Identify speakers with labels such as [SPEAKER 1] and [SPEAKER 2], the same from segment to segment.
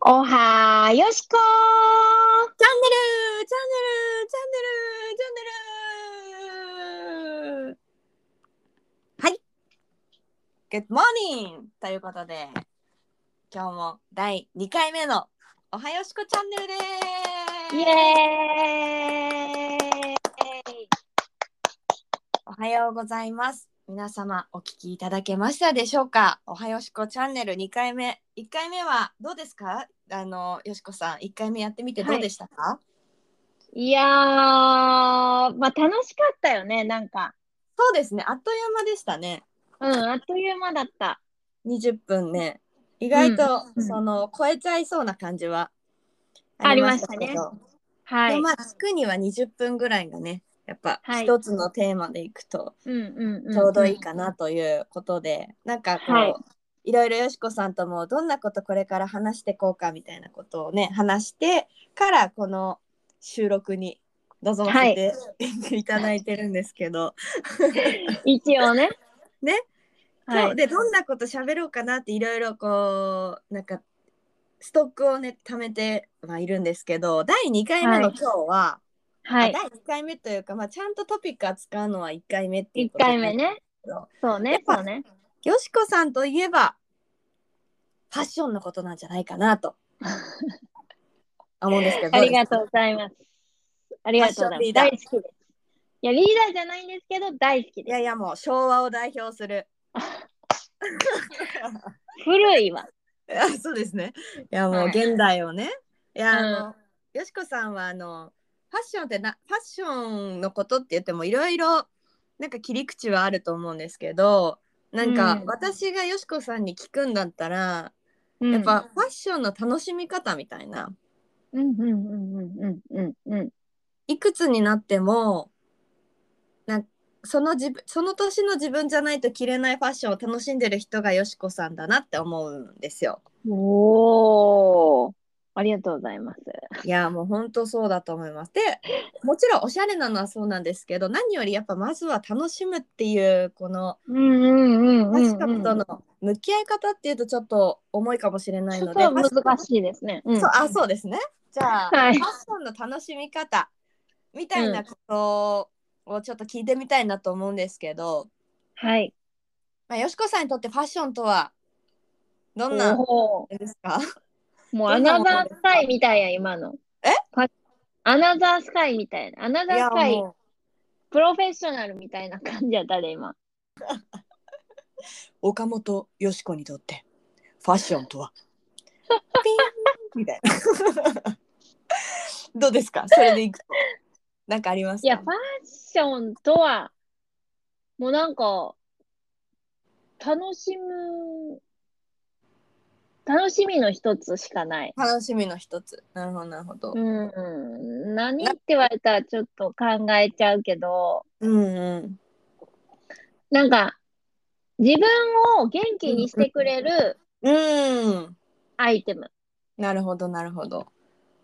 [SPEAKER 1] おはよしこ
[SPEAKER 2] チャンネルチャンネルチャンネルチャンネルはい。Good morning! ということで、今日も第2回目のおはよしこチャンネルで
[SPEAKER 1] イ
[SPEAKER 2] す
[SPEAKER 1] エーイ
[SPEAKER 2] おはようございます。皆様お聞きいただけましたでしょうか。おはよしこチャンネル2回目。1回目はどうですかあの、よしこさん、1回目やってみてどうでしたか、
[SPEAKER 1] いやー、まあ楽しかったよね、なんか。
[SPEAKER 2] そうですね。あっという間でしたね。
[SPEAKER 1] うん、あっという間だった。
[SPEAKER 2] 20分ね意外と、
[SPEAKER 1] うん
[SPEAKER 2] その超えちゃいそうな感じは
[SPEAKER 1] ありましたね
[SPEAKER 2] けど
[SPEAKER 1] は
[SPEAKER 2] で
[SPEAKER 1] い。
[SPEAKER 2] もまあ聞くには20分ぐらいがねやっぱ
[SPEAKER 1] はい
[SPEAKER 2] 一つのテーマでいくと
[SPEAKER 1] うんうんうん。
[SPEAKER 2] ちょうどいいかなということで、なんかこう、
[SPEAKER 1] はい
[SPEAKER 2] い、ろいろよしこさんともどんなことこれから話してこうかみたいなことをね話してからこの収録に臨ませて、い、ただいてるんですけど、
[SPEAKER 1] 一応 ね。
[SPEAKER 2] ね。
[SPEAKER 1] は
[SPEAKER 2] そう
[SPEAKER 1] い。
[SPEAKER 2] でどんなこと喋ろうかなっていろいろこうなんかストックをね貯めてはいるんですけど第2回目の
[SPEAKER 1] はい
[SPEAKER 2] 今日は、
[SPEAKER 1] はい。
[SPEAKER 2] あ第2回目というか、まあ、ちゃんとトピック扱うのは1回目っていう
[SPEAKER 1] 一
[SPEAKER 2] こと
[SPEAKER 1] 回目ね。そう
[SPEAKER 2] や
[SPEAKER 1] ね
[SPEAKER 2] っ、ぱ
[SPEAKER 1] そうね。
[SPEAKER 2] よしこさんといえばファッションのことなんじゃないかなと思うんですけど
[SPEAKER 1] あり
[SPEAKER 2] どう
[SPEAKER 1] がとうございます。ありがとうございます。
[SPEAKER 2] ファ
[SPEAKER 1] 大
[SPEAKER 2] ッ
[SPEAKER 1] 好きです。いや、リーダーじゃないんですけど、大好き
[SPEAKER 2] ですい
[SPEAKER 1] で
[SPEAKER 2] やいやもう昭和を代表する
[SPEAKER 1] す。古いわ。
[SPEAKER 2] いやそうですね。いやも
[SPEAKER 1] は
[SPEAKER 2] う
[SPEAKER 1] い
[SPEAKER 2] 現代をね。い、やあ
[SPEAKER 1] う
[SPEAKER 2] の、よしこさんはあのファッションってなファッションのことって言ってもいろいろなんか切り口はあると思うんですけど、なん
[SPEAKER 1] う
[SPEAKER 2] か
[SPEAKER 1] ん
[SPEAKER 2] 私がよしこさんに聞くんだったら、
[SPEAKER 1] うん
[SPEAKER 2] やっぱファッションの楽しみ方みたいな。
[SPEAKER 1] うんうんうんうんうんうんうん。
[SPEAKER 2] いくつになってもなんその自分その年の自分じゃないと着れないファッションを楽しんでる人がよしこさんだなって思うんですよ。
[SPEAKER 1] おお、ありがとうございます。
[SPEAKER 2] いやもう本当そうだと思います。でもちろんおしゃれなのはそうなんですけど何よりやっぱまずは楽しむっていうこの
[SPEAKER 1] うんうんうん
[SPEAKER 2] ファッションと
[SPEAKER 1] ち
[SPEAKER 2] の向き合い方っていうとちょっと重いかもしれない
[SPEAKER 1] ょ
[SPEAKER 2] の
[SPEAKER 1] っ
[SPEAKER 2] で
[SPEAKER 1] と
[SPEAKER 2] ファッション
[SPEAKER 1] 難しいですね。うん
[SPEAKER 2] そうあそうですねじゃあ、
[SPEAKER 1] はい
[SPEAKER 2] ファッションの楽しみ方みたいなことをちょっと聞いてみたいなと思うんですけど、
[SPEAKER 1] はい。
[SPEAKER 2] まあ、よしこさんにとってファッションとはどんな
[SPEAKER 1] お
[SPEAKER 2] ですか
[SPEAKER 1] ーもうアナザースカイみたいや、今の。
[SPEAKER 2] え
[SPEAKER 1] パアナザースカイみたいな。アナザ
[SPEAKER 2] い
[SPEAKER 1] ー
[SPEAKER 2] や
[SPEAKER 1] スカイ、
[SPEAKER 2] も
[SPEAKER 1] プロフェッショナルみたいな感じやったで、今。
[SPEAKER 2] う岡本よしこにとってファッションとはピンみたいな どうですかそれでいくとなんかあります
[SPEAKER 1] い
[SPEAKER 2] か
[SPEAKER 1] や、ファッションとは、もうなんか、楽しむ、楽しみの一つしかない。
[SPEAKER 2] 楽しみの一つなるほどなるほど、
[SPEAKER 1] うん、何って言われたらちょっと考えちゃうけど、
[SPEAKER 2] うんうん
[SPEAKER 1] なんか、自分を元気にしてくれる
[SPEAKER 2] うん
[SPEAKER 1] アイテム。
[SPEAKER 2] なるほどなるほど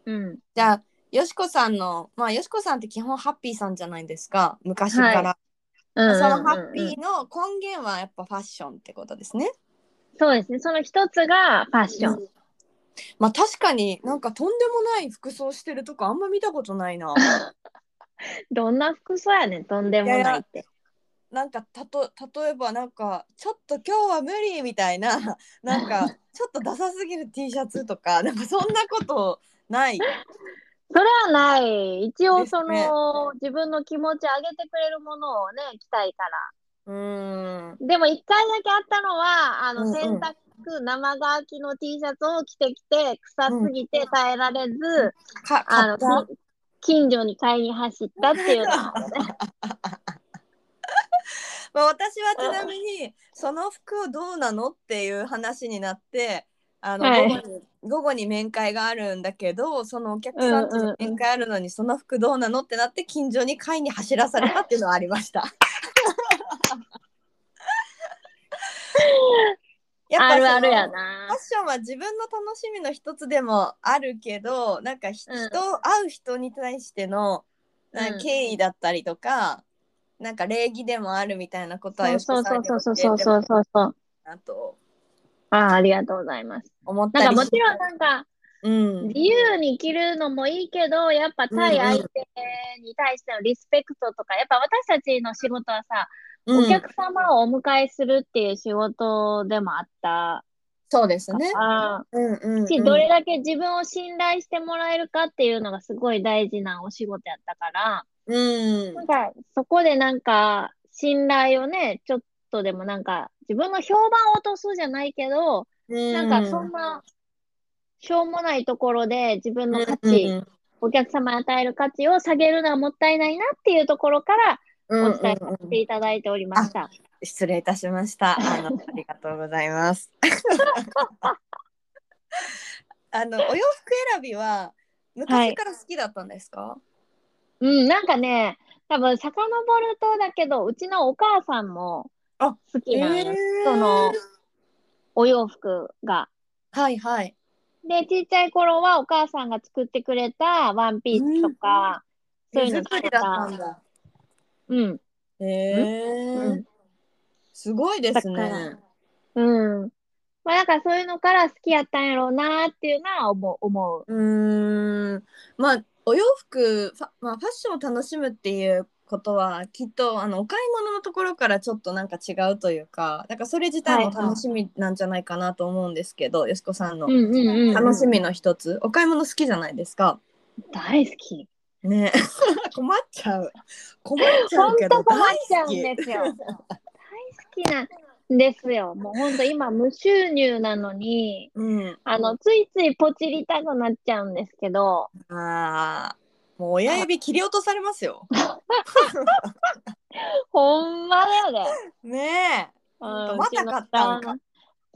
[SPEAKER 1] うん。
[SPEAKER 2] じゃあよしこさんのまあよしこさんって基本ハッピーさんじゃないですか昔から、
[SPEAKER 1] はうんうんうんうん
[SPEAKER 2] そのハッピーの根源はやっぱファッションってことですね
[SPEAKER 1] そうですね。その一つがファッション。
[SPEAKER 2] まあ確かになんかとんでもない服装してるとこあんま見たことないな
[SPEAKER 1] どんな服装やねん、とんでもないって。
[SPEAKER 2] なんかたと例えばなんかちょっと今日は無理みたいな なんかちょっとダサすぎる T シャツとかなんかそんなことない
[SPEAKER 1] それはない。一応、そ
[SPEAKER 2] です
[SPEAKER 1] の、自分の気持ち上げてくれるものをね、着たいから。
[SPEAKER 2] うーん
[SPEAKER 1] でも、一回だけあったのは、あ
[SPEAKER 2] うん
[SPEAKER 1] の、
[SPEAKER 2] うん
[SPEAKER 1] 洗濯生乾きの T シャツを着てきて、臭すぎて耐えられず、
[SPEAKER 2] か
[SPEAKER 1] あ
[SPEAKER 2] 買
[SPEAKER 1] の
[SPEAKER 2] ったあ
[SPEAKER 1] き近所に買いに走ったって いうのは、
[SPEAKER 2] まあ、私はちなみにその服をどうなのっていう話になってあの、
[SPEAKER 1] はい
[SPEAKER 2] 午後に午後に面会があるんだけどそのお客さんと
[SPEAKER 1] うんうん
[SPEAKER 2] の面会あるのにその服どうなのってなって近所に買いに走らされたっていうのはありました やっぱ
[SPEAKER 1] あるある
[SPEAKER 2] その
[SPEAKER 1] や
[SPEAKER 2] ファ
[SPEAKER 1] な
[SPEAKER 2] ッ。ションは自分の楽しみの一つでもあるけどなんかひ人、
[SPEAKER 1] うん
[SPEAKER 2] 会う人に対してのなん
[SPEAKER 1] うん
[SPEAKER 2] か敬意だったりとか、なんか礼儀でもあるみたいなことは
[SPEAKER 1] そう
[SPEAKER 2] よし
[SPEAKER 1] そ
[SPEAKER 2] こ
[SPEAKER 1] う
[SPEAKER 2] さ
[SPEAKER 1] そ
[SPEAKER 2] ん
[SPEAKER 1] う
[SPEAKER 2] に
[SPEAKER 1] そ
[SPEAKER 2] も
[SPEAKER 1] うそう
[SPEAKER 2] 教
[SPEAKER 1] そう
[SPEAKER 2] えて
[SPEAKER 1] そうそ
[SPEAKER 2] も
[SPEAKER 1] うそう。
[SPEAKER 2] らったなと
[SPEAKER 1] ああ、ありがとうございます。
[SPEAKER 2] 思っ
[SPEAKER 1] なん
[SPEAKER 2] た
[SPEAKER 1] か
[SPEAKER 2] り
[SPEAKER 1] も
[SPEAKER 2] し
[SPEAKER 1] ちろんなんか、
[SPEAKER 2] うん
[SPEAKER 1] 自。由に着るのもいいけど、やっぱ対
[SPEAKER 2] うんうん
[SPEAKER 1] 相手に対してのリスペクトとか、やっぱ私たちの仕事はさ、
[SPEAKER 2] うん
[SPEAKER 1] お客様をお迎えするっていう仕事でもあった
[SPEAKER 2] そうです
[SPEAKER 1] か
[SPEAKER 2] ね。
[SPEAKER 1] ら、
[SPEAKER 2] うんうんうん
[SPEAKER 1] しどれだけ自分を信頼してもらえるかっていうのがすごい大事なお仕事やったから、
[SPEAKER 2] うん
[SPEAKER 1] なんかそこでなんか信頼をね、ちょっとでもなんか自分の評判を落とすじゃないけど、なんかそんなしょうもないところで自分の価値、お客様に与える価値を下げるのはもったいないなっていうところから
[SPEAKER 2] うんうんうん
[SPEAKER 1] お伝えさせていただいておりました。
[SPEAKER 2] 失礼いたしました。あのありがとうございます。 あのお洋服選びは昔から好きだったんですか？
[SPEAKER 1] うん、なんかね、多分遡るとだけど、うちのお母さんも
[SPEAKER 2] あ
[SPEAKER 1] 好きなんです、
[SPEAKER 2] えー
[SPEAKER 1] そのお洋服が。
[SPEAKER 2] はいはい。
[SPEAKER 1] で、ちっちゃい頃はお母さんが作ってくれたワンピースとか、そういう
[SPEAKER 2] 手
[SPEAKER 1] の着て
[SPEAKER 2] 作りだった
[SPEAKER 1] た。
[SPEAKER 2] んだ。
[SPEAKER 1] うん、
[SPEAKER 2] へえ
[SPEAKER 1] うん、
[SPEAKER 2] すごいです
[SPEAKER 1] だか
[SPEAKER 2] ね
[SPEAKER 1] ら。うん。まあなんかそういうのから好きやったんやろうなっていうのは思う。思う
[SPEAKER 2] うーん。まあお洋服ファまあファッションを楽しむっていう。ことはきっとあのお買い物のところからちょっとなんか違うというかだからそれ自体も楽しみなんじゃないかなと思うんですけど、よしこさん
[SPEAKER 1] う
[SPEAKER 2] の
[SPEAKER 1] んうんうんうん、
[SPEAKER 2] 楽しみの一つ、お買い物好きじゃないですか
[SPEAKER 1] 大好き。
[SPEAKER 2] ね 困っちゃう困っちゃ
[SPEAKER 1] 本
[SPEAKER 2] うけ
[SPEAKER 1] 当
[SPEAKER 2] ど
[SPEAKER 1] 困っ
[SPEAKER 2] 大
[SPEAKER 1] ちゃう
[SPEAKER 2] 好
[SPEAKER 1] ん
[SPEAKER 2] き
[SPEAKER 1] ですよ。大好きなんですよ。もう本当今無収入なのに、
[SPEAKER 2] うん
[SPEAKER 1] あの、ついついポチりたくなっちゃうんですけど、
[SPEAKER 2] あーもう親指切り落とされますよ
[SPEAKER 1] ほんまだよね。
[SPEAKER 2] ねえ
[SPEAKER 1] うん
[SPEAKER 2] ほんとまた買ったんか
[SPEAKER 1] うちの旦那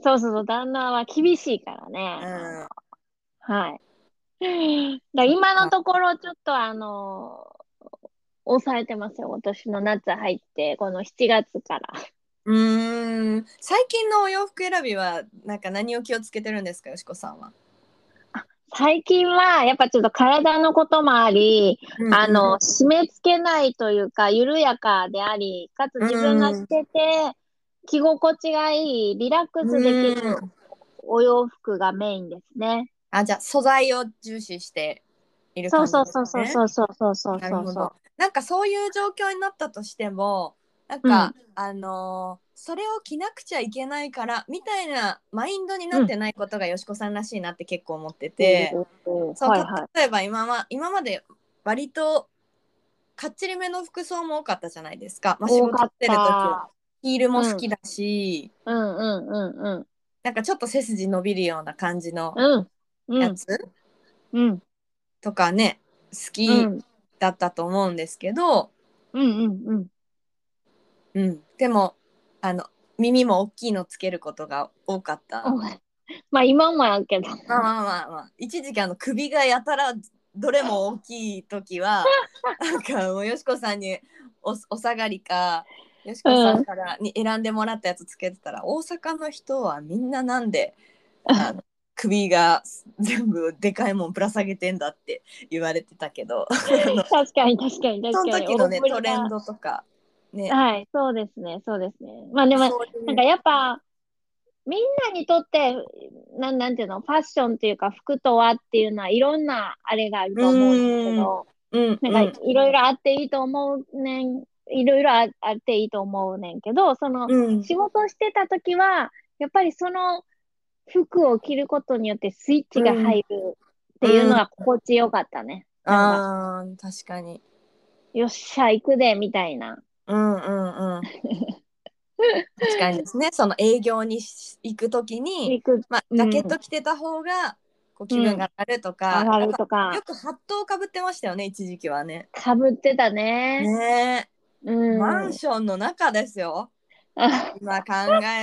[SPEAKER 1] そうそうそう、旦那は厳しいからね。はい。だから今のところちょっとあの抑えてますよ。今年の夏入って、この7月から。
[SPEAKER 2] うんうーん最近のお洋服選びはなんか何を気をつけてるんですかよしこさんは、
[SPEAKER 1] 最近は、やっぱちょっと体のこともあり、あの、締め付けないというか、緩やかであり、かつ自分が着てて、着心地がいい、リラックスできる
[SPEAKER 2] うん
[SPEAKER 1] お洋服がメインですね。
[SPEAKER 2] あじゃあ素材を重視している
[SPEAKER 1] そ
[SPEAKER 2] 感
[SPEAKER 1] う
[SPEAKER 2] じです、
[SPEAKER 1] そう
[SPEAKER 2] ね、
[SPEAKER 1] そうそうそうそうそうそう
[SPEAKER 2] なるほ
[SPEAKER 1] そう
[SPEAKER 2] ど。なんかそういう状況になったとしても、なんか、あのーそれを着なくちゃいけないからみたいなマインドになってないことがよしこさんらしいなって結構思ってて、
[SPEAKER 1] うん
[SPEAKER 2] そう
[SPEAKER 1] はい
[SPEAKER 2] た
[SPEAKER 1] はい。
[SPEAKER 2] 例えば今は今まで割とかっちりめの服装も多かったじゃないですか。まあ、仕
[SPEAKER 1] 多
[SPEAKER 2] 事
[SPEAKER 1] か
[SPEAKER 2] し
[SPEAKER 1] って
[SPEAKER 2] る時は
[SPEAKER 1] た。
[SPEAKER 2] ヒールも好きだし、
[SPEAKER 1] うんうんうん
[SPEAKER 2] なんかちょっと背筋伸びるような感じの
[SPEAKER 1] うん。うん。う
[SPEAKER 2] や
[SPEAKER 1] ん。
[SPEAKER 2] つ
[SPEAKER 1] うん。
[SPEAKER 2] とかね、好き
[SPEAKER 1] うん。
[SPEAKER 2] だったと思うんですけど、
[SPEAKER 1] うんうんうん。
[SPEAKER 2] うん、でもあの耳も大きいのつけることが多かった。まあ
[SPEAKER 1] まあ今もやけど。
[SPEAKER 2] まあまあまあ一時期あの首がやたらどれも大きい 時はなんかもうよしこさんにおお下がりかよしこさんからに選んでもらったやつつけてたら、大阪の人はみんなな んであの首が全部でかいもんぶら下げてんだって言われてたけど
[SPEAKER 1] 確かに確か に確かに。
[SPEAKER 2] その時のね
[SPEAKER 1] 大ぶり
[SPEAKER 2] ト
[SPEAKER 1] な
[SPEAKER 2] レンドとかね。
[SPEAKER 1] はい、そうですね、そうですね。まあでも、
[SPEAKER 2] そういう
[SPEAKER 1] なんかやっぱ、みんなにとって、なん、なんていうの、ファッションっていうか、服とはっていうのは、いろんなあれがあると思うんですけど、
[SPEAKER 2] うんう
[SPEAKER 1] なん
[SPEAKER 2] ん
[SPEAKER 1] か、いろいろあっていいと思うねん、いろいろああっていいと思うねんけど、その、
[SPEAKER 2] うん
[SPEAKER 1] 仕事をしてた時は、やっぱりその服を着ることによってスイッチが入るっていうのが心地よかったね。なんか、
[SPEAKER 2] あー確かに。
[SPEAKER 1] よっしゃ、行くで、みたいな。
[SPEAKER 2] うんうんうん。確かにですね。その営業にし行くときに、
[SPEAKER 1] 行く、
[SPEAKER 2] まあ、
[SPEAKER 1] うん
[SPEAKER 2] ジャケット着てた方がこう気分が上がるとか、
[SPEAKER 1] 上が
[SPEAKER 2] なん
[SPEAKER 1] る
[SPEAKER 2] か
[SPEAKER 1] とか。
[SPEAKER 2] よくハットをかぶってましたよね、一時期はね。
[SPEAKER 1] かぶってたね。
[SPEAKER 2] ねえ、
[SPEAKER 1] うん。
[SPEAKER 2] マンションの中ですよ。今考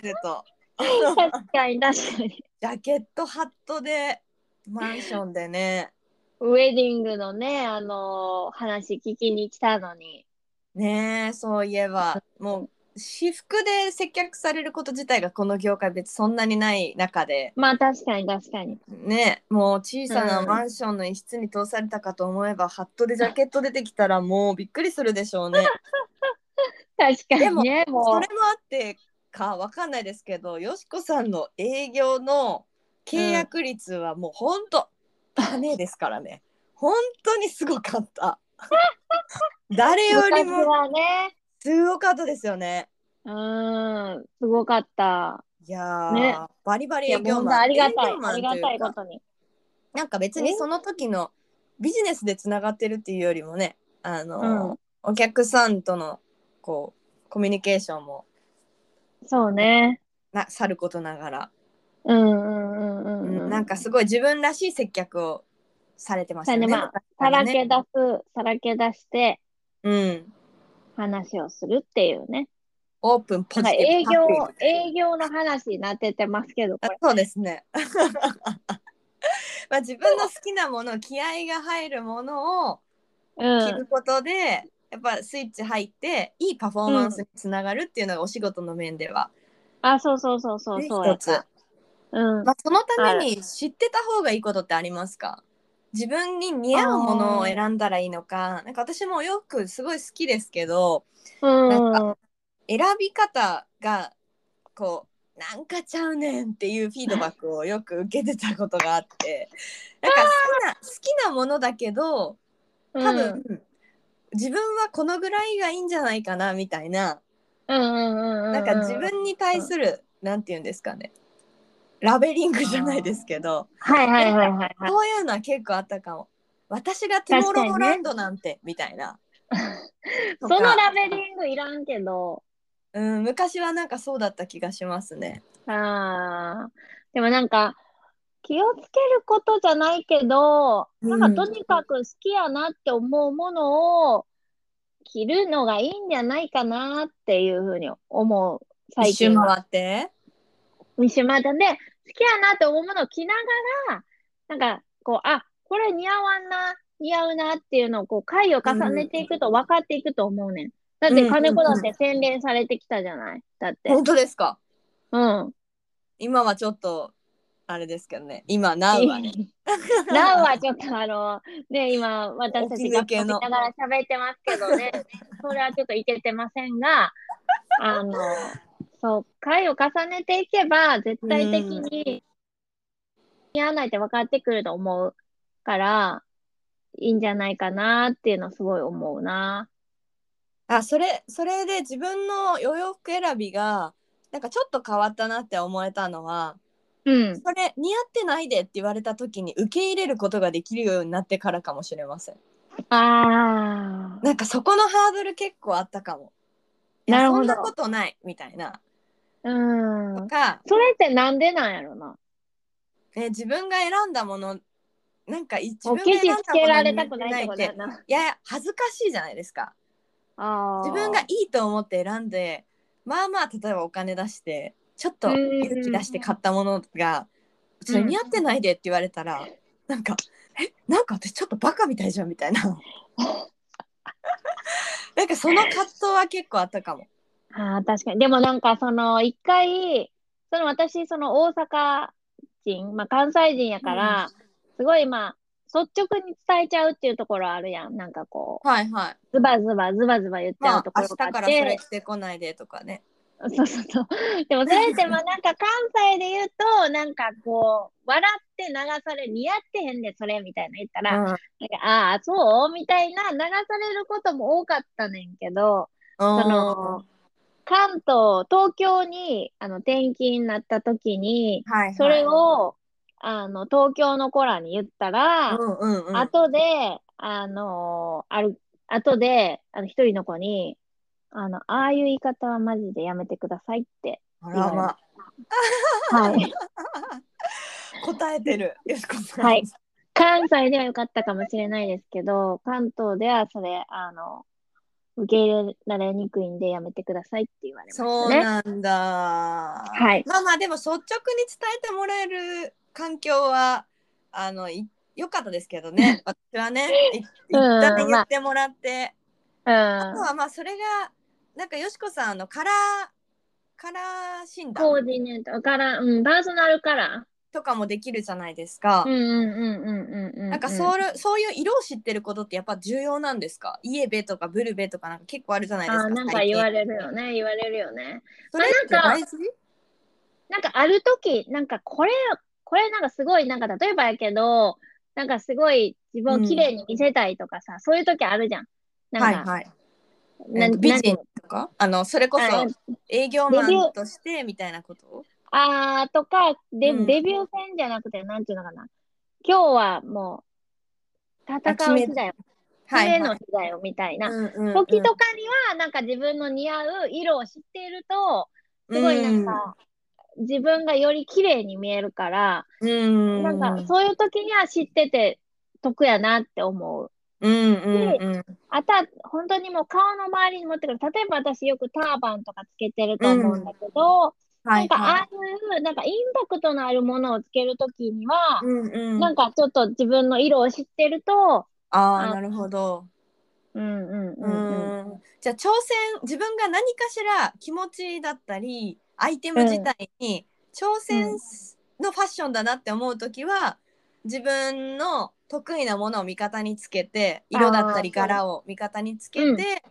[SPEAKER 2] えると。
[SPEAKER 1] 確かに確かに。
[SPEAKER 2] ジャケット、ハットで、マンションでね。
[SPEAKER 1] ウェディングのね、あのー話聞きに来たのに。
[SPEAKER 2] ねえ、そういえば、もう、私服で接客されること自体がこの業界別そんなにない中で、
[SPEAKER 1] まあ確かに確かに。
[SPEAKER 2] ねもう小さな
[SPEAKER 1] うん
[SPEAKER 2] マンションの一室に通されたかと思えば、ハットでジャケット出てきたらもうびっくりするでしょう ね。
[SPEAKER 1] 確かにね、
[SPEAKER 2] そ
[SPEAKER 1] も
[SPEAKER 2] れもあってかわかんないですけどよしこさんの営業の契約率はもうほんと汚ねえですからね。本当にすごか った。誰より
[SPEAKER 1] 昔
[SPEAKER 2] も
[SPEAKER 1] はね、
[SPEAKER 2] すごかったですよね。
[SPEAKER 1] うん、すごかった。
[SPEAKER 2] いやー、
[SPEAKER 1] ね
[SPEAKER 2] バリバリ
[SPEAKER 1] いや、
[SPEAKER 2] 営業
[SPEAKER 1] 本当
[SPEAKER 2] マン。
[SPEAKER 1] ありがた
[SPEAKER 2] 営
[SPEAKER 1] い
[SPEAKER 2] 業。マン
[SPEAKER 1] あり
[SPEAKER 2] とうか
[SPEAKER 1] がたいことに。
[SPEAKER 2] なんか別にその時のビジネスでつながってるっていうよりもねあの、
[SPEAKER 1] うん
[SPEAKER 2] お客さんとのこうコミュニケーションも
[SPEAKER 1] そうね。
[SPEAKER 2] なさることながら、
[SPEAKER 1] うんうんうんうんうん。
[SPEAKER 2] なんかすごい自分らしい接客をされてましたね。
[SPEAKER 1] されてまあ
[SPEAKER 2] 昔か
[SPEAKER 1] さら
[SPEAKER 2] ね
[SPEAKER 1] け出す、さらけ出して
[SPEAKER 2] うん、
[SPEAKER 1] 話をするっていうね。
[SPEAKER 2] オープンポ
[SPEAKER 1] な
[SPEAKER 2] ジ
[SPEAKER 1] んか
[SPEAKER 2] ティブ
[SPEAKER 1] 営業
[SPEAKER 2] ハッピー、
[SPEAKER 1] 営業の話になっててますけど、こ
[SPEAKER 2] あ
[SPEAKER 1] れ。
[SPEAKER 2] そうですね。 まあ自分の好きなもの気合が入るものを
[SPEAKER 1] う
[SPEAKER 2] 着
[SPEAKER 1] ん。
[SPEAKER 2] ることで、やっぱスイッチ入っていいパフォーマンスにつながるっていうのがお仕事の面では
[SPEAKER 1] あ、そうそうそうそう
[SPEAKER 2] ね
[SPEAKER 1] そうや
[SPEAKER 2] 一
[SPEAKER 1] っ
[SPEAKER 2] つ
[SPEAKER 1] た。。うん
[SPEAKER 2] ま。あ、そのために知ってた方がいいことってありますか自分に似合うものを選んだらいいのかなんか私もお洋服すごい好きですけど
[SPEAKER 1] うん。
[SPEAKER 2] 選び方がこうなんかちゃうねんっていうフィードバックをよく受けてたことがあってなんか好きな好きなものだけど多分、自分はこのぐらいがいいんじゃないかなみたいな
[SPEAKER 1] うんうんうんうんうん。
[SPEAKER 2] なんか自分に対するなんて言うんですかねラベリングじゃないですけど
[SPEAKER 1] はいはいはいはいはい。
[SPEAKER 2] そういうのは結構あったかも。私がトゥモローランドなんて、みたいな。
[SPEAKER 1] そ
[SPEAKER 2] と
[SPEAKER 1] の
[SPEAKER 2] か
[SPEAKER 1] ラベリングいらんけど、
[SPEAKER 2] うん、昔はなんかそうだった気がしますね。
[SPEAKER 1] あーでもなんか、気をつけることじゃないけど、
[SPEAKER 2] うん
[SPEAKER 1] なんかとにかく好きやなって思うものを着るのがいいんじゃないかなっていうふうに思う、最
[SPEAKER 2] 一周
[SPEAKER 1] 近は。
[SPEAKER 2] 回って。
[SPEAKER 1] 三島だね。好きやなって思うものを着ながら、なんか、こう、あ、これ似合わんな、似合うなっていうのを、こう、回を重ねていくと分かっていくと思うねん。だって、金子だって洗練されてきたじゃない。だって。
[SPEAKER 2] 本当ですか。
[SPEAKER 1] うん。
[SPEAKER 2] 今はちょっと、あれですけどね。今、なうはね。
[SPEAKER 1] なおはちょっとあの、ね、今、私たちが
[SPEAKER 2] 起き抜けの
[SPEAKER 1] ながら喋ってますけどね、それはちょっといけてません が、あの、そう、回を重ねていけば、絶対的に、似合わないって分かってくると思うから、いいんじゃないかなっていうのすごい思うな。
[SPEAKER 2] あ、それ、それで自分のお洋服選びが、なんかちょっと変わったなって思えたのは、
[SPEAKER 1] うん。
[SPEAKER 2] それ似合ってないでって言われた時に受け入れることができるようになってからかもしれません。
[SPEAKER 1] ああ、
[SPEAKER 2] なんかそこのハードル結構あったかも。いや
[SPEAKER 1] なるほど
[SPEAKER 2] そんなことないみたいな。
[SPEAKER 1] う
[SPEAKER 2] と
[SPEAKER 1] ん。
[SPEAKER 2] か、
[SPEAKER 1] それってなんでなんやろな。
[SPEAKER 2] ね、自分が選んだものなんかい自
[SPEAKER 1] お
[SPEAKER 2] 分が
[SPEAKER 1] ケチ
[SPEAKER 2] 選ん
[SPEAKER 1] つけら
[SPEAKER 2] だもの
[SPEAKER 1] れ
[SPEAKER 2] に
[SPEAKER 1] たくないって
[SPEAKER 2] っ
[SPEAKER 1] こと
[SPEAKER 2] て
[SPEAKER 1] やな。
[SPEAKER 2] いやいや恥ずかしいじゃないですか。
[SPEAKER 1] あー
[SPEAKER 2] 自分がいいと思って選んでまあまあ例えばお金出してちょっと
[SPEAKER 1] うん
[SPEAKER 2] 勇気出して買ったものが「それ似合ってないで」って言われたら、なんか「えなんか私ちょっとバカみたいじゃん」みたいな。 なんかその葛藤は結構あったかも。
[SPEAKER 1] ああ、確かに。でもなんか、その、一回、その私、その大阪人、まあ関西人やから、すごいまあ、率直に伝えちゃうっていうところあるやん。なんかこ
[SPEAKER 2] はいはい。
[SPEAKER 1] う、ズバズバズバズバ言っちゃ
[SPEAKER 2] ま
[SPEAKER 1] う
[SPEAKER 2] あ
[SPEAKER 1] とこ
[SPEAKER 2] 明
[SPEAKER 1] ろ
[SPEAKER 2] 日
[SPEAKER 1] があ
[SPEAKER 2] か
[SPEAKER 1] っ
[SPEAKER 2] らそれ
[SPEAKER 1] て、
[SPEAKER 2] 着てこないでとかね。
[SPEAKER 1] そうそうそう。でもそれってまあなんか関西で言うと、なんかこう、笑って流され、似合ってへんで、それみたいな言ったら、なんかああ、そうみたいな流されることも多かったねんけど、
[SPEAKER 2] うん
[SPEAKER 1] その、関東、東京にあの転勤になった時に、
[SPEAKER 2] はいはい
[SPEAKER 1] それをあの東京の子らに言ったら、
[SPEAKER 2] うんうんうん、
[SPEAKER 1] 後で、あのある、後で、あの、一人の子に、あの、ああいう言い方はマジでやめてくださいって。
[SPEAKER 2] あらまあ
[SPEAKER 1] はい。
[SPEAKER 2] 答えてる。よしこさん。
[SPEAKER 1] はい 関西では良かったかもしれないですけど、関東ではそれ、あの、受け入れられにくいんでやめてくださいって言われましたね。
[SPEAKER 2] そうなんだ。はいまあまあでも率直に伝えてもらえる環境はあのい良かったですけ どね。私はね、い一
[SPEAKER 1] うん
[SPEAKER 2] 旦言ってもらって、あと
[SPEAKER 1] うん。
[SPEAKER 2] はまあそれがなんかよしこさんあのカラーカラー診
[SPEAKER 1] コ
[SPEAKER 2] 断
[SPEAKER 1] ーディネートから、うん、パーソナルから。
[SPEAKER 2] とかもできるじゃないですか。
[SPEAKER 1] うんうんうんうんうんうん。
[SPEAKER 2] なんか
[SPEAKER 1] う
[SPEAKER 2] そういうそういう色を知ってることってやっぱ重要なんですかイエベとかブルベとかなんか結構あるじゃないです
[SPEAKER 1] あ
[SPEAKER 2] か。
[SPEAKER 1] ーなんか
[SPEAKER 2] 最近
[SPEAKER 1] 言われるよね、言われるよね。
[SPEAKER 2] それって
[SPEAKER 1] まあ
[SPEAKER 2] 大
[SPEAKER 1] なん
[SPEAKER 2] 事
[SPEAKER 1] なんかある時、なんかこれ、これなんかすごい、なんか例えばやけど、なんかすごい自分を綺麗に見せたいとかさ、そういう時あるじゃん。な
[SPEAKER 2] は
[SPEAKER 1] ん
[SPEAKER 2] い
[SPEAKER 1] か、
[SPEAKER 2] はい。
[SPEAKER 1] な
[SPEAKER 2] 美人とかあのそれこ
[SPEAKER 1] あ
[SPEAKER 2] そ営業マンとしてみたいなこと
[SPEAKER 1] あーとか、で、
[SPEAKER 2] うん
[SPEAKER 1] デビュー戦じゃなくて、なんていうのかな。今日はもう、戦う日だよ。
[SPEAKER 2] はい、はい
[SPEAKER 1] プレーの日だよ、みたいな。
[SPEAKER 2] うんうんうん
[SPEAKER 1] 時とかには、なんか自分の似合う色を知っていると、すごいなんか、自分がより綺麗に見えるから、
[SPEAKER 2] うん、
[SPEAKER 1] なんかそういう時には知ってて得やなって思う。
[SPEAKER 2] うんうんうん
[SPEAKER 1] あとは、本当にもう顔の周りに持ってくる。例えば私よくターバンとかつけてると思うんだけど、な
[SPEAKER 2] は
[SPEAKER 1] ん
[SPEAKER 2] い
[SPEAKER 1] かあ
[SPEAKER 2] は
[SPEAKER 1] あいう、なんかインパクトのあるものをつけるときには、
[SPEAKER 2] いうんうん
[SPEAKER 1] なんかちょっと自分の色を知ってると、
[SPEAKER 2] あ
[SPEAKER 1] あ
[SPEAKER 2] あなるほど
[SPEAKER 1] うんうんう
[SPEAKER 2] うん
[SPEAKER 1] うん。
[SPEAKER 2] んじゃあ挑戦自分が何かしら気持ちだったりアイテム自体に挑戦のファッションだなって思う時は自分の得意なものを味方につけて色だったり
[SPEAKER 1] あー
[SPEAKER 2] 柄を味方につけて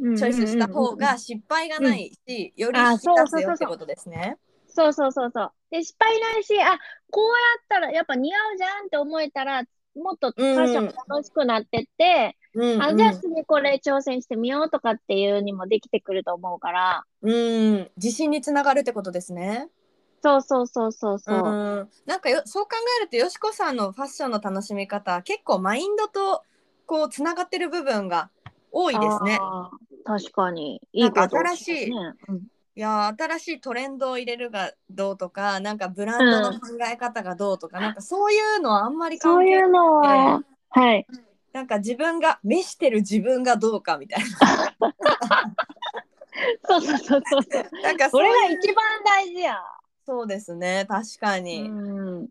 [SPEAKER 1] うん
[SPEAKER 2] チョイスした方が失敗がないし、より
[SPEAKER 1] あ
[SPEAKER 2] 引
[SPEAKER 1] ー
[SPEAKER 2] き立つよってことですね。
[SPEAKER 1] そうそうそうそう。で、失敗ないし、あ、こうやったらやっぱ似合うじゃんって思えたら、もっとファッション楽しくなってって、
[SPEAKER 2] うんうん
[SPEAKER 1] あ、じゃあ次これ挑戦してみようとかっていうにもできてくると思うから、
[SPEAKER 2] うん、自信につながるってことですね。
[SPEAKER 1] そうそうそうそうそうう。
[SPEAKER 2] ん、なんかよそう考えるとよしこさんのファッションの楽しみ方結構マインドとこうつながってる部分が多いですね。
[SPEAKER 1] あー確かに。いいことを聞たねうん
[SPEAKER 2] いやー新しいトレンドを入れるがどうとかなんかブランドの考え方がどうとか、なんかそういうのはあんまり
[SPEAKER 1] そ
[SPEAKER 2] 関
[SPEAKER 1] う
[SPEAKER 2] 係
[SPEAKER 1] い
[SPEAKER 2] な
[SPEAKER 1] う
[SPEAKER 2] い
[SPEAKER 1] のは、はい。
[SPEAKER 2] なんか自分が召してる自分がどうか みたい
[SPEAKER 1] そうそうそうそうそう。
[SPEAKER 2] ななん か
[SPEAKER 1] こ
[SPEAKER 2] そう
[SPEAKER 1] れ
[SPEAKER 2] いう
[SPEAKER 1] が一番大事や。
[SPEAKER 2] そうですね確か
[SPEAKER 1] う
[SPEAKER 2] に。
[SPEAKER 1] ん。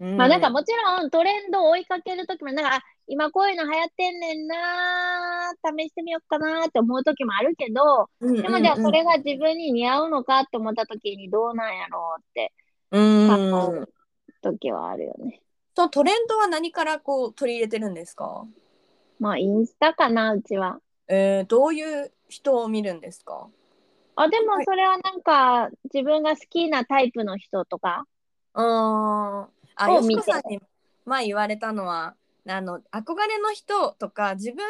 [SPEAKER 2] うん
[SPEAKER 1] まあなんかもちろんトレンドを追いかけるときも、なんか、あ今こういうの流行ってんねんなー、試してみようかなーって思うときもあるけど、
[SPEAKER 2] うんうんうん
[SPEAKER 1] でもじゃあそれが自分に似合うのかって思ったときにどうなんやろうって
[SPEAKER 2] うん
[SPEAKER 1] 考えるときはあるよね。
[SPEAKER 2] そのトレンドは何からこう取り入れてるんですか。
[SPEAKER 1] まあインスタかな、うちは。
[SPEAKER 2] えー、どういう人を見るんですか。
[SPEAKER 1] あ、でもそれはなんか自分が好きなタイプの人とか。
[SPEAKER 2] うーん。あ、
[SPEAKER 1] を
[SPEAKER 2] よし
[SPEAKER 1] 見
[SPEAKER 2] こ
[SPEAKER 1] て
[SPEAKER 2] さんに前言われたのは、あの憧れの人とか自分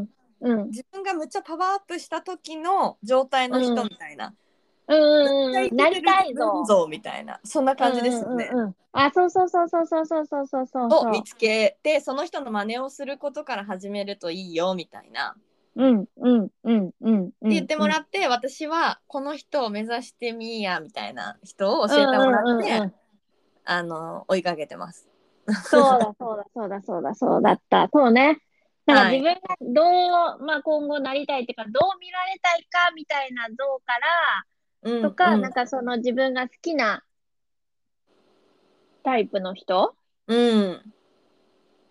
[SPEAKER 1] うん。うん。
[SPEAKER 2] 自分がむっちゃパワーアップした時の状態の人みたいな。
[SPEAKER 1] うんうん
[SPEAKER 2] 絶対
[SPEAKER 1] うん。なりたい
[SPEAKER 2] 自
[SPEAKER 1] ぞ。
[SPEAKER 2] 分像みたいなそんな感じですよね。
[SPEAKER 1] うんうんうんうんあ、そうそうそうそうそうそうそうそうそう
[SPEAKER 2] を見つけてその人の真似をすることから始めるといいよみたいな、
[SPEAKER 1] うんうんうんうんうん。って
[SPEAKER 2] って言ってもらって、私はこの人を目指してみーやみたいな人を教えてもらって、
[SPEAKER 1] うんうんうんうん
[SPEAKER 2] あの追いかけてます。
[SPEAKER 1] そうだそうだそうだそうだそうだった。そうね。だから
[SPEAKER 2] はい
[SPEAKER 1] 自分がどう、まあ今後なりたいっていうか、どう見られたいかみたいな像から、とか、
[SPEAKER 2] うん
[SPEAKER 1] なんかその自分が好きなタイプの人
[SPEAKER 2] うん、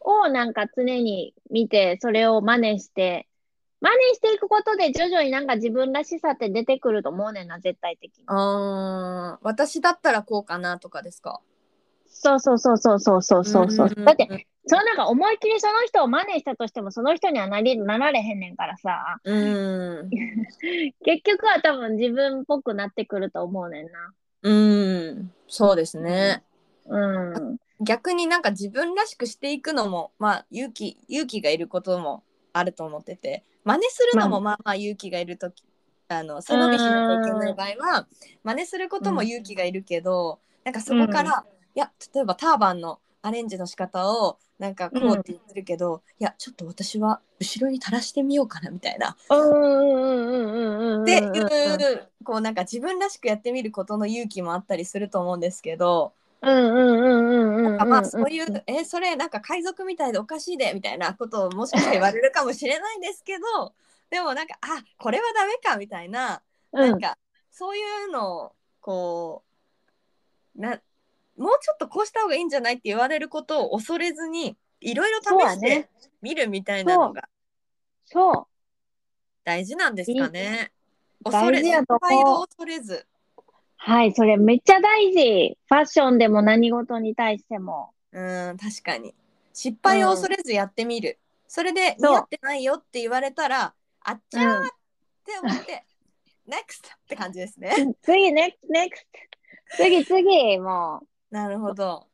[SPEAKER 1] をなんか常に見て、それを真似して、真似していくことで徐々になんか自分らしさって出てくると思うねんな、絶対的に。
[SPEAKER 2] あー私だったらこうかなとかですか
[SPEAKER 1] そうそうそうそうそうそうそうそう。
[SPEAKER 2] んんん
[SPEAKER 1] だって、そのなんか思いっきりその人を真似したとしても、その人にはなりなられへんねんからさ、
[SPEAKER 2] うん
[SPEAKER 1] 結局は多分自分っぽくなってくると思うねん
[SPEAKER 2] うんそうですね、
[SPEAKER 1] な。うん。
[SPEAKER 2] 逆になんか自分らしくしていくのもまあ勇気勇気がいることもあると思ってて真似するのもまあまあ勇気がいるときあの背伸びしなきゃいけない場合は真似することも勇気がいるけど、なんかそこから、いや例えばターバンのアレンジの仕方をなんかこうって言ってるけど、いやちょっと私は後ろに垂らしてみようかなみたいな
[SPEAKER 1] うんうんうんうんうんうんうん。
[SPEAKER 2] っていうこうなんか自分らしくやってみることの勇気もあったりすると思うんですけど
[SPEAKER 1] うんうんうんうんうんうんうん。
[SPEAKER 2] なんかまあそういう「えそれなんか海賊みたいでおかしいで」みたいなことをもしかして言われるかもしれないんですけど でもなんか「あこれはダメか」みたいな
[SPEAKER 1] う
[SPEAKER 2] なん
[SPEAKER 1] ん。
[SPEAKER 2] かそういうのをこうなもうちょっとこうした方がいいんじゃないって言われることを恐れずにいろいろ試
[SPEAKER 1] そうや
[SPEAKER 2] して
[SPEAKER 1] ね
[SPEAKER 2] みるみたいなのが
[SPEAKER 1] そ
[SPEAKER 2] 大事なんですかね。
[SPEAKER 1] い
[SPEAKER 2] 恐れ
[SPEAKER 1] 大事や
[SPEAKER 2] 失
[SPEAKER 1] と思う
[SPEAKER 2] 敗を恐れず。
[SPEAKER 1] う。はい、それめっちゃ大事。ファッションでも何事に対しても。
[SPEAKER 2] うん確かに失敗を恐れずやってみる、それで似
[SPEAKER 1] そう
[SPEAKER 2] 合ってないよって言われたらあっちゃー
[SPEAKER 1] うん
[SPEAKER 2] って思って、NEXT って感じ ですね
[SPEAKER 1] 次、ネクスト、ネクスト。次、次、も
[SPEAKER 2] なるほど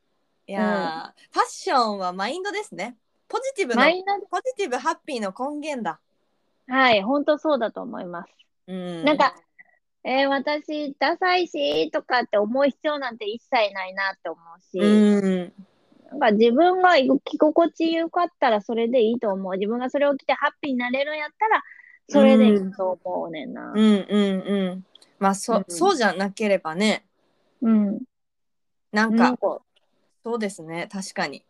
[SPEAKER 2] いやー、ファッションはマインドですね。ポジティブの
[SPEAKER 1] マインド、
[SPEAKER 2] ポジティブハッピーの根源だ。
[SPEAKER 1] はい、本当そうだと思います。
[SPEAKER 2] うん
[SPEAKER 1] なんか、えー私、ダサいし、とかって思う必要なんて一切ないなって思うし、
[SPEAKER 2] うん、
[SPEAKER 1] なんか自分が着心地よかったらそれでいいと思う。自分がそれを着てハッピーになれるんやったら、それでいいと思うねんな
[SPEAKER 2] う。ん、うん、うん。まあ、そ、
[SPEAKER 1] うん
[SPEAKER 2] そうじゃなければね、
[SPEAKER 1] うん。
[SPEAKER 2] なん
[SPEAKER 1] な
[SPEAKER 2] か、
[SPEAKER 1] んか、
[SPEAKER 2] そうですね、確かに。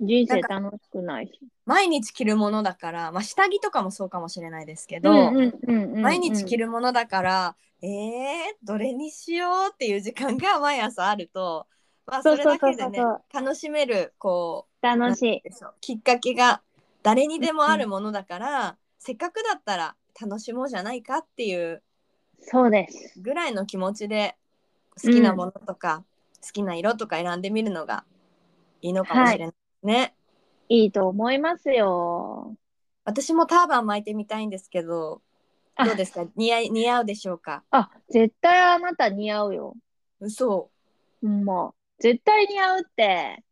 [SPEAKER 1] 人生楽しくないし。
[SPEAKER 2] 毎日着るものだから、まあ、下着とかもそうかもしれないですけど、毎
[SPEAKER 1] 毎
[SPEAKER 2] 日着
[SPEAKER 1] る。
[SPEAKER 2] るものだから、えー、どれにしようっていう時間が毎朝あると、まあ、
[SPEAKER 1] そ
[SPEAKER 2] そう
[SPEAKER 1] そ
[SPEAKER 2] れ
[SPEAKER 1] うそうそ
[SPEAKER 2] だ
[SPEAKER 1] う
[SPEAKER 2] けでね楽しめるこ
[SPEAKER 1] 楽しい。
[SPEAKER 2] うでしょうきっかけが誰にでもあるものだから、せっかくだったら楽しもうじゃないかっていう
[SPEAKER 1] そうです。
[SPEAKER 2] ぐらいの気持ちで好きなものとか、好きな色とか選んでみるのがいいのかもしれないね。
[SPEAKER 1] いいと思いますよ。
[SPEAKER 2] 私もターバン巻いてみたいんですけどどうですか似合い似合うでしょうか
[SPEAKER 1] あ、絶対あなた似合うよ。
[SPEAKER 2] 嘘
[SPEAKER 1] うんまあ絶対似合うって。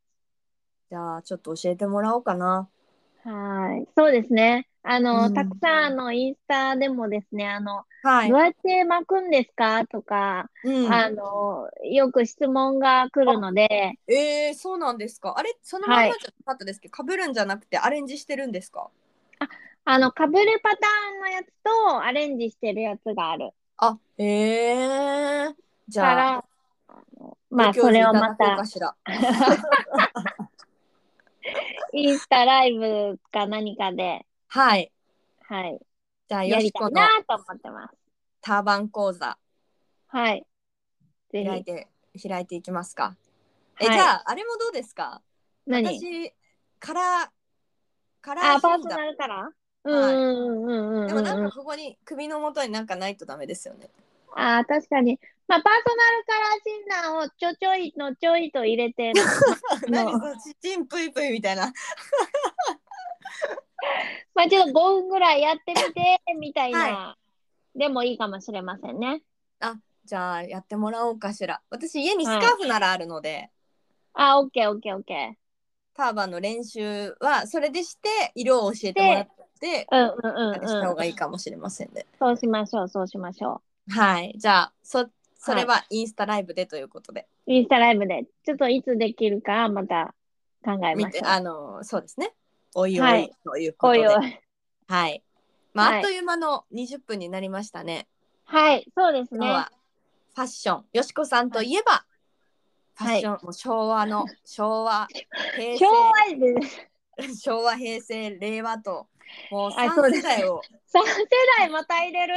[SPEAKER 2] じゃあちょっと教えてもらおうかな。
[SPEAKER 1] はい。そうですね。あの、
[SPEAKER 2] うん
[SPEAKER 1] たくさんあの、インスタでもですね、あの、
[SPEAKER 2] はい
[SPEAKER 1] ど。うやって巻くんですかとか、
[SPEAKER 2] うん、
[SPEAKER 1] あの、よく質問が来るので、
[SPEAKER 2] えー、そうなんですか。あれ、そのまんま
[SPEAKER 1] は
[SPEAKER 2] じ
[SPEAKER 1] い
[SPEAKER 2] ゃなかったですけど、かぶるんじゃなくてアレンジしてるんですか。
[SPEAKER 1] あの、被るパターンのやつとアレンジしてるやつがある
[SPEAKER 2] あ、えー、じ
[SPEAKER 1] か
[SPEAKER 2] ゃ
[SPEAKER 1] ら、
[SPEAKER 2] あ、
[SPEAKER 1] あのまあ、
[SPEAKER 2] ご教
[SPEAKER 1] そ
[SPEAKER 2] 授
[SPEAKER 1] れを
[SPEAKER 2] い
[SPEAKER 1] ま
[SPEAKER 2] だこう
[SPEAKER 1] た
[SPEAKER 2] か、しら。
[SPEAKER 1] インスタライブか何かで、
[SPEAKER 2] はい。
[SPEAKER 1] はい、
[SPEAKER 2] じゃあ、
[SPEAKER 1] や
[SPEAKER 2] よ
[SPEAKER 1] り
[SPEAKER 2] したこ
[SPEAKER 1] い
[SPEAKER 2] の
[SPEAKER 1] なと思ってます。
[SPEAKER 2] ターバン講座、
[SPEAKER 1] はい。ぜ
[SPEAKER 2] 開い
[SPEAKER 1] ひ。
[SPEAKER 2] て、開いていきますか。え、
[SPEAKER 1] はい
[SPEAKER 2] じゃあ、あれもどうですか。
[SPEAKER 1] 何
[SPEAKER 2] 私、カラー、カラ
[SPEAKER 1] あ、
[SPEAKER 2] ー
[SPEAKER 1] パー
[SPEAKER 2] ヒ
[SPEAKER 1] ソ
[SPEAKER 2] ータ
[SPEAKER 1] ナルカラー
[SPEAKER 2] はい
[SPEAKER 1] うんうんうんうんうんうん。
[SPEAKER 2] ー。でも、なんか、ここに、首の元になんかないとダメで すよね。
[SPEAKER 1] ああ、確かに。まあ、パーソナルカラー診断をちょちょいのちょいと入れ てる、
[SPEAKER 2] 何、その、ちちんぷいぷいみたいな。
[SPEAKER 1] まあ、ちょっと5分ぐらいやってみて、みたいな、でもいいかもしれませんね。
[SPEAKER 2] じゃあやってもらおうかしら私家にスカーフならあるので、
[SPEAKER 1] あ、オッケーオッケーオッケー。
[SPEAKER 2] ターバンの練習はそれでして色を教えてもらって
[SPEAKER 1] うん
[SPEAKER 2] あれし
[SPEAKER 1] うん
[SPEAKER 2] た
[SPEAKER 1] うん
[SPEAKER 2] 方
[SPEAKER 1] うん。
[SPEAKER 2] がいいかもしれませんね、
[SPEAKER 1] そうしましょう、そうしましょ
[SPEAKER 2] はいじゃあそそれはインスタライブでということで、
[SPEAKER 1] う。インスタライブで、ちょっといつできるか、また考え
[SPEAKER 2] 見
[SPEAKER 1] ましてょう。
[SPEAKER 2] あのそうですねおいお
[SPEAKER 1] はいい
[SPEAKER 2] というこ
[SPEAKER 1] お
[SPEAKER 2] とで
[SPEAKER 1] い
[SPEAKER 2] はい、
[SPEAKER 1] おい。
[SPEAKER 2] まあ、
[SPEAKER 1] はい
[SPEAKER 2] あっという間の20分になりましたね
[SPEAKER 1] はい、そうです
[SPEAKER 2] 今
[SPEAKER 1] ね
[SPEAKER 2] 日。はファッションよしこさんといえば、ファッション、もう昭和の昭和平
[SPEAKER 1] 昭
[SPEAKER 2] 成
[SPEAKER 1] 和です。
[SPEAKER 2] 昭和平成令和ともう
[SPEAKER 1] あそう
[SPEAKER 2] 3
[SPEAKER 1] です
[SPEAKER 2] 世代を
[SPEAKER 1] 3世代また入れる。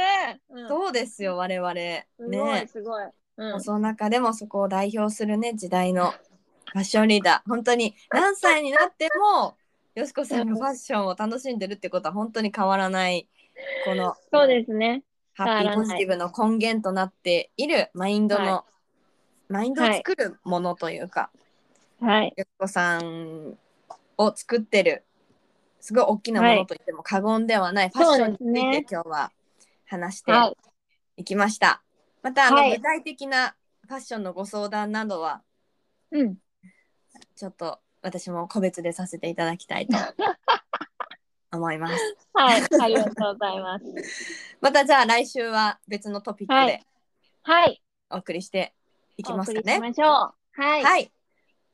[SPEAKER 1] うん
[SPEAKER 2] そうですよ我々ね
[SPEAKER 1] すごい、すごい。うん
[SPEAKER 2] もうその中でもそこを代表するね時 代のファッションリーダー本当に何歳になってもよしこさんがファッションを楽しんでるってことは本当に変わらないこの
[SPEAKER 1] そうですね。
[SPEAKER 2] ハッピ
[SPEAKER 1] 変わらな
[SPEAKER 2] ー
[SPEAKER 1] い
[SPEAKER 2] ポジティブの根源となっているマインドの、
[SPEAKER 1] は
[SPEAKER 2] マインドを作るものというか、
[SPEAKER 1] はい。
[SPEAKER 2] よしこさんを作ってるすごい大きなものと言っても過言ではない、ファッションにつ
[SPEAKER 1] そう
[SPEAKER 2] い
[SPEAKER 1] ですね
[SPEAKER 2] て今日は話して
[SPEAKER 1] はい。
[SPEAKER 2] いきました。またあの、
[SPEAKER 1] はい
[SPEAKER 2] 具体的なファッションのご相談などは
[SPEAKER 1] うん。
[SPEAKER 2] ちょっと私も個別でさせていただきた いと思います。
[SPEAKER 1] はい。ありがとうございます。
[SPEAKER 2] またじゃあ来週は別のトピック
[SPEAKER 1] は
[SPEAKER 2] で
[SPEAKER 1] いはい。
[SPEAKER 2] お送りしてい
[SPEAKER 1] い
[SPEAKER 2] きますかね。
[SPEAKER 1] しましょう。はい。
[SPEAKER 2] はい、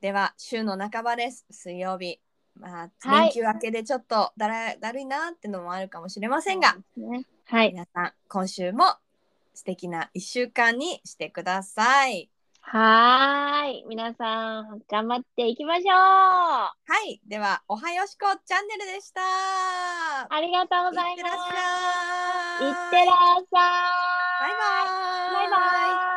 [SPEAKER 2] では週の半ばです。水曜日。まあ、
[SPEAKER 1] はい
[SPEAKER 2] 連休明けでちょっとだらだるいなってのもあるかもしれませんが、
[SPEAKER 1] ね。はい。
[SPEAKER 2] 皆さん今週も素敵な1週間にしてください。
[SPEAKER 1] はーい。皆さん、頑張っていきましょう。あ
[SPEAKER 2] はい、ではおはよしこチャンネルでした。
[SPEAKER 1] りがとうござ
[SPEAKER 2] いっ
[SPEAKER 1] い
[SPEAKER 2] て
[SPEAKER 1] ま
[SPEAKER 2] らっし
[SPEAKER 1] す。
[SPEAKER 2] ゃい。
[SPEAKER 1] いってらっしゃ
[SPEAKER 2] バイ
[SPEAKER 1] い。
[SPEAKER 2] バ
[SPEAKER 1] バ
[SPEAKER 2] イ。
[SPEAKER 1] イバイ。